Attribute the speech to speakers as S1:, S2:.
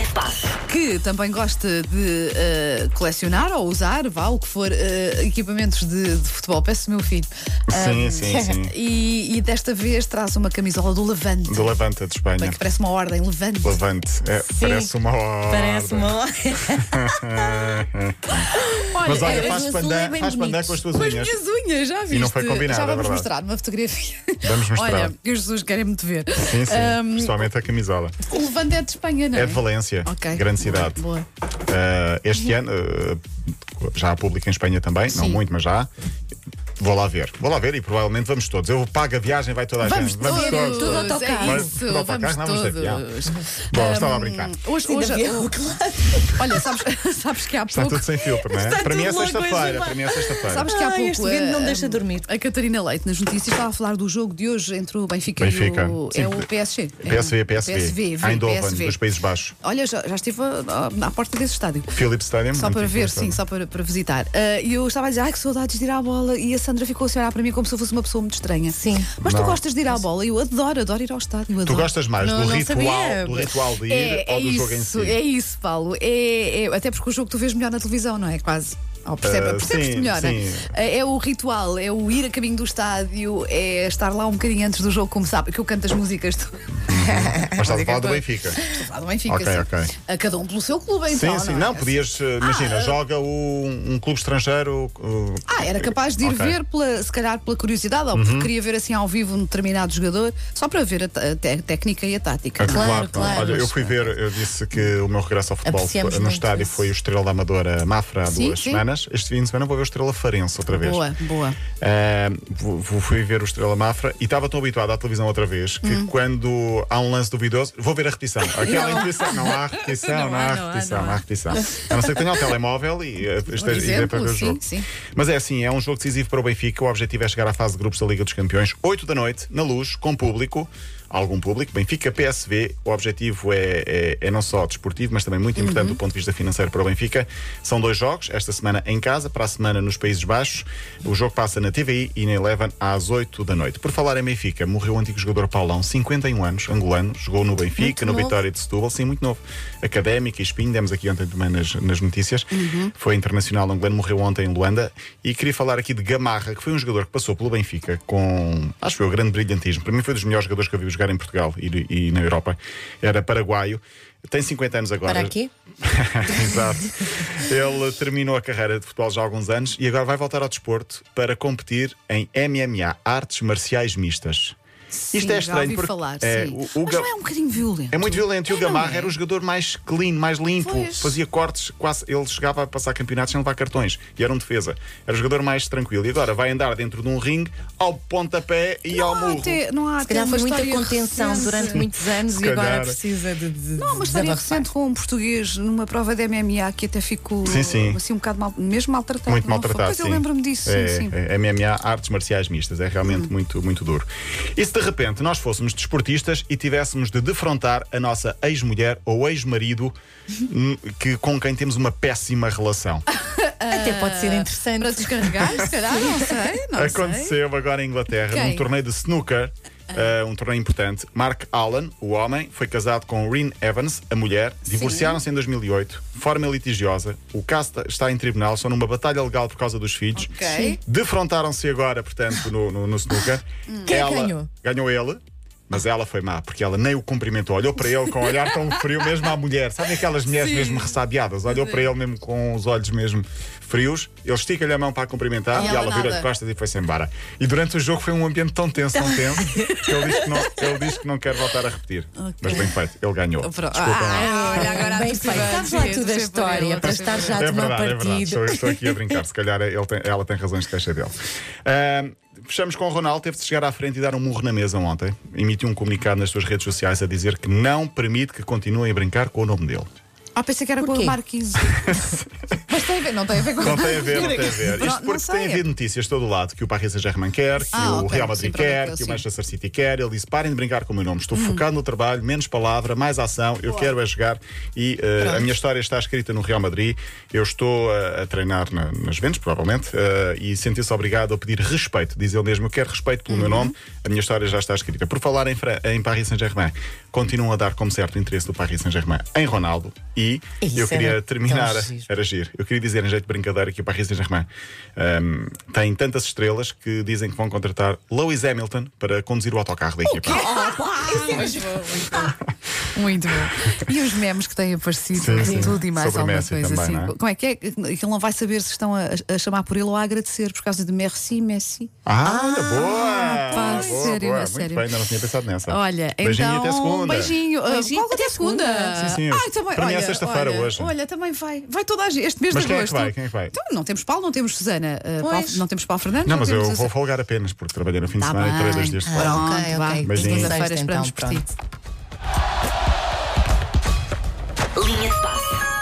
S1: espaço.
S2: que também gosta de eh, colecionar ou usar, vá, o que for, eh, equipamentos de, de futebol. Peço o meu filho.
S3: Sim,
S2: Ah,
S3: sim, sim.
S2: E, e desta vez traz uma camisola do Levante.
S3: Do Levante de
S2: Bem
S3: Espanha.
S2: que parece uma ordem, Levante.
S3: Levante. É, parece uma hora.
S1: Parece uma.
S3: Mas olha,
S1: é,
S3: faz
S1: o azul
S3: pandã,
S1: é bem
S3: faz pandã
S1: bonito.
S3: com as tuas
S2: Com as
S3: unhas.
S2: minhas unhas, já viste?
S3: E não foi combinado,
S2: já
S3: é
S2: vamos
S3: verdade.
S2: mostrar uma fotografia.
S3: Vamos mostrar.
S2: Olha, que os Jesus querem muito ver.
S3: Sim, sim.
S2: Ahm,
S3: Principalmente a camisola.
S2: o Levante é de Espanha, não é?
S3: É de Valência,
S2: Ok.
S3: grande cidade.
S2: Boa.
S3: Eh, este ano, eh, já há público em Espanha também, não
S2: Sim.
S3: muito, mas já há. Vou lá ver. Vou lá ver e provavelmente vamos todos. Eu pago a viagem, vai toda a
S2: Vamos
S3: gente.
S2: todos,
S1: todos. Tudo autocarro.
S2: é
S3: Vai-
S2: isso,
S3: tudo autocarro,
S2: vamos
S3: não, vamos de avião.
S2: todos.
S3: Bom,
S2: Ahm,
S3: estava a brincar.
S2: Hoje,
S1: Sim, de
S2: hoje, oh,
S1: avião, claro.
S2: olha, sabes, sabes que há
S3: Está
S2: pouco.
S3: tudo sem filtro, não é?
S1: Está
S3: Para mim é
S1: tudo uma coisa
S3: sexta-feira.
S1: má.
S3: Para mim é sexta-feira.
S2: Sabes que há
S1: Ai,
S2: pouco.
S1: este vento não
S2: eh,
S1: deixa dormir.
S2: A Catarina Leite nas notícias estava a falar do jogo de hoje entre o Benfica,
S3: Benfica.
S2: e o,
S3: Sim.
S2: é o PSG. É
S3: PSV,
S2: o
S3: PSV.
S2: PSV, vem,
S3: Eindhoven,
S2: PSV.
S3: dos Países Baixos.
S2: Olha, já, já estive ah, à porta desse estádio.
S3: Philip Stadium.
S2: Só para
S3: antigo
S2: ver,
S3: estádio.
S2: sim, só para, para visitar. Ah, E eu estava a dizer, ai que saudades de ir à bola. E a Sandra ficou a olhar para mim como se eu fosse uma pessoa muito estranha.
S1: Sim.
S2: Mas tu
S3: Não.
S2: gostas de ir à bola? Eu adoro, adoro ir ao estádio.
S3: Tu
S2: adoro.
S3: gostas mais
S1: Não,
S3: do,
S1: não
S3: ritual,
S1: sabia.
S3: do ritual de ir
S2: é,
S3: ou
S2: é
S3: do
S2: isso,
S3: jogo em si?
S2: É isso, Paulo. É, é- até porque o jogo tu vês melhor na televisão, não é? Quase. Ou percebe,
S3: Ah,
S2: percebes
S3: sim,
S2: melhor, não
S3: sim.
S2: é? É o ritual, é o ir a caminho do estádio, é estar lá um bocadinho antes do jogo começar, porque eu canto as músicas do,
S3: Mas estás a falar do Benfica.
S2: lá do Benfica.
S3: Ok,
S2: sim.
S3: ok.
S2: A cada um pelo seu clube,
S3: Sim,
S2: então.
S3: sim.
S2: é?
S3: Não, podias, eh, imagina, joga o- um, um clube estrangeiro. o-
S2: Ah, era capaz de ir
S3: Ok. Uhum.
S2: ver, pela, se calhar pela curiosidade, ou porque queria ver assim ao vivo um determinado jogador, só para ver a, ta- a te- técnica e a tática.
S3: Ah,
S2: não é?
S1: Claro, claro.
S3: Olha, eu fui ver, eu disse que o meu regresso ao futebol
S1: Apreciamos
S3: foi- no
S1: muito
S3: estádio
S1: isso.
S3: foi o Estrela da Amadora Mafra há
S2: Sim,
S3: duas
S2: sim.
S3: semanas. Este fim de semana vou ver o Estrela Farense outra vez.
S2: Boa, boa.
S3: Ah, fu- fu- fui ver o Estrela Mafra e estava tão habituado à televisão outra vez que quando há um lance duvidoso, vou ver a repetição. Aquela repetição, não há repetição, não,
S1: Não
S3: há,
S1: há, não há,
S3: repetição,
S1: não
S3: não há
S1: há.
S3: repetição. A não ser que tenha o telemóvel e, eh, esteja- e dê para
S2: exemplo,
S3: ver o
S2: sim,
S3: jogo.
S2: sim.
S3: Mas é assim, é um jogo decisivo para o Benfica. O objetivo é chegar à fase de grupos da Liga dos Campeões, 8 da noite, na luz, com público, algum público. Benfica PSV, o objetivo é, é, é não só desportivo, mas também muito
S2: Uhum.
S3: importante do ponto de vista financeiro para o Benfica. São dois jogos, esta semana em casa, para a semana nos Países Baixos. O jogo passa na TVI e na Eleven às 8 da noite. Por falar em Benfica, morreu o antigo jogador Paulão, 51 anos, angolano, jogou no Benfica,
S1: Muito
S3: no
S1: novo.
S3: Vitória. Vitória de Setúbal, sim, muito novo. Académica e Espinho, demos aqui ontem também nas, nas notícias.
S1: Uhum.
S3: Foi internacional angolano, morreu ontem em Luanda. E queria falar aqui de Gamarra, que foi um jogador que passou pelo Benfica com, acho eu, grande brilhantismo. Para mim foi um dos melhores jogadores que eu vi jogar em Portugal e, e na Europa. Era paraguaio. Tem 50 anos agora.
S1: Para aqui?
S3: Exato. Ele terminou a carreira de futebol já há alguns anos e agora vai voltar ao desporto para competir em MMA, Artes Marciais Mistas.
S2: Sim,
S3: Isto é
S2: já
S3: estranho
S2: ouvi
S3: porque
S2: falar,
S3: é,
S2: sim.
S3: o, o
S2: Mas
S3: Ga-
S2: não é um bocadinho violento.
S3: é muito violento. E o Gamarra era o jogador mais clean, mais limpo.
S2: Pois.
S3: Fazia cortes, quase. Ele chegava a passar campeonatos sem levar cartões. E era um defesa. Era o jogador mais tranquilo. E agora vai andar dentro de um ringue ao pontapé e
S2: Não
S3: ao
S2: há
S3: murro.
S2: até, não há
S1: Se calhar
S2: até
S1: foi
S2: uma
S1: muita
S2: história
S1: contenção
S2: recente.
S1: durante muitos anos e
S3: calhar.
S1: agora precisa de. de
S2: Não, uma história
S1: desabafar.
S2: recente com um português numa prova de MMA que até ficou
S3: Sim, sim.
S2: assim um bocado mal, mesmo maltratado.
S3: Muito
S2: não foi?
S3: maltratado.
S2: Pois eu
S3: sim.
S2: lembro-me disso,
S3: É,
S2: sim, Uhum. sim.
S3: é, MMA, artes marciais mistas, é realmente muito, muito duro. E se de repente nós fôssemos desportistas e tivéssemos de defrontar a nossa ex-mulher ou ex-marido
S2: Uhum.
S3: hum, que, com quem temos uma péssima relação?
S1: Até pode ser interessante.
S2: Ah, Para descarregar, se calhar, não sei, não sei.
S3: Aconteceu agora em Inglaterra,
S2: Quem?
S3: num torneio de snooker,
S2: Ah.
S3: eh, um torneio importante. Mark Allen, o homem, foi casado com Reen Evans, a mulher. Divorciaram-se em 2008, forma litigiosa. O caso ta- está em tribunal, estão numa batalha legal por causa dos filhos.
S2: Ok.
S3: Sim. Defrontaram-se agora, portanto, no, no, no snooker.
S1: Quem
S3: Ela-
S1: ganhou?
S3: Ganhou ele. Mas ela foi má, porque ela nem o cumprimentou. Olhou para ele com um olhar tão frio, mesmo à mulher. Sabem aquelas mulheres mesmo ressabiadas? Olhou para ele mesmo com os olhos mesmo frios. Ele estica-lhe a mão para a cumprimentar e,
S2: E
S3: ela,
S2: ela
S3: vira de
S2: nada.
S3: costas e foi-se embora. E durante o jogo foi um ambiente tão tenso, tão tenso, que ele diz que não, ele diz que não quer voltar a repetir. Mas bem feito, ele ganhou.
S2: Pronto.
S3: Desculpem lá.
S2: Ah, olha, agora
S1: Bem
S2: tu
S1: feito. Sabes lá
S2: percebes,
S1: tudo a
S2: percebes,
S1: história,
S2: eu
S1: para
S2: percebo.
S1: estar já a
S3: É
S1: tomar
S3: verdade, é verdade.
S1: partido.
S3: Estou, estou aqui a brincar. Se calhar ele tem- ela tem razões de queixa dele. Ahm, fechamos com o Ronaldo. Teve de chegar à frente e dar um murro na mesa ontem. Emitiu um comunicado nas suas redes sociais a dizer que não permite que continuem a brincar com o nome dele.
S2: Ah, pensei que era com
S1: Porquê?
S2: o Marquinhos. Mas tem a ver, não tem a ver com
S3: Não tem a ver, não tem a ver.
S2: Pronto,
S3: Isto porque
S2: não sei.
S3: tem havido notícias de todo lado que o Paris Saint-Germain quer, que
S2: Ah,
S3: o
S2: ok,
S3: Real
S2: sim,
S3: Madrid quer,
S2: pronto,
S3: que o
S2: sim.
S3: Manchester City quer. Ele disse: parem de brincar com o meu nome, estou focado no trabalho, menos palavra, mais ação. Eu quero é jogar e eh, a minha história está escrita no Real Madrid. Eu estou eh, a, treinar na- nas Ventes, provavelmente, eh, e senti-se obrigado a pedir respeito. Diz ele mesmo: eu quero respeito pelo meu nome, a minha história já está escrita. Por falar em, Fran- em Paris Saint-Germain, continuam a dar como certo o interesse do Paris Saint-Germain em Ronaldo. E
S1: Isso
S3: eu queria
S1: era
S3: terminar.
S1: tão giro.
S3: Era giro. Eu queria dizer, em jeito de brincadeira, que o Paris Saint-Germain hum, tem tantas estrelas que dizem que vão contratar Lewis Hamilton para conduzir o autocarro da equipa. Ah,
S2: muito bom, muito bom. Muito bom. E os memes que têm aparecido,
S3: Sim, sim.
S2: tudo e mais
S3: Sobre
S2: alguma
S3: Messi
S2: coisa
S3: também,
S2: assim.
S3: não é?
S2: Como é que é? Ele não vai saber se estão a, a chamar por ele ou a agradecer por causa de merci, Messi.
S3: Ah, olha, boa!
S2: Ah, pá,
S3: boa,
S2: sério,
S3: boa.
S2: a
S3: Muito
S2: sério.
S3: bem, ainda não tinha pensado nessa.
S2: Olha,
S3: Tá. beijinho
S2: então.
S3: e até segunda.
S2: Beijinho. Ah,
S1: Beijinho,
S2: qual que é
S1: até segunda.
S2: segunda?
S3: Sim, sim.
S2: Ai, também,
S3: Para mim é
S2: olha,
S3: sexta-feira
S2: olha,
S3: hoje.
S2: Olha, também vai. Vai toda a gente. Este mês
S3: Mas
S2: de
S3: quem é que
S2: agosto.
S3: vai? Quem é que vai?
S2: Então, não temos Paulo, não temos Susana. ah,
S1: Pois.
S2: Paulo- não temos Paulo Fernandes.
S3: Não, mas
S2: temos
S3: eu
S2: a-
S3: vou folgar apenas porque trabalhei no fim de
S2: Tá
S3: semana e
S2: bem.
S3: terei dois dias de
S2: Ah,
S3: folga.
S2: Pronto,
S1: ok,
S2: vá.
S1: ok.
S3: Beijinho.
S2: Segunda-feira
S1: Sexta, então,
S2: esperamos por ti.
S1: pronto.
S4: Linha de passe.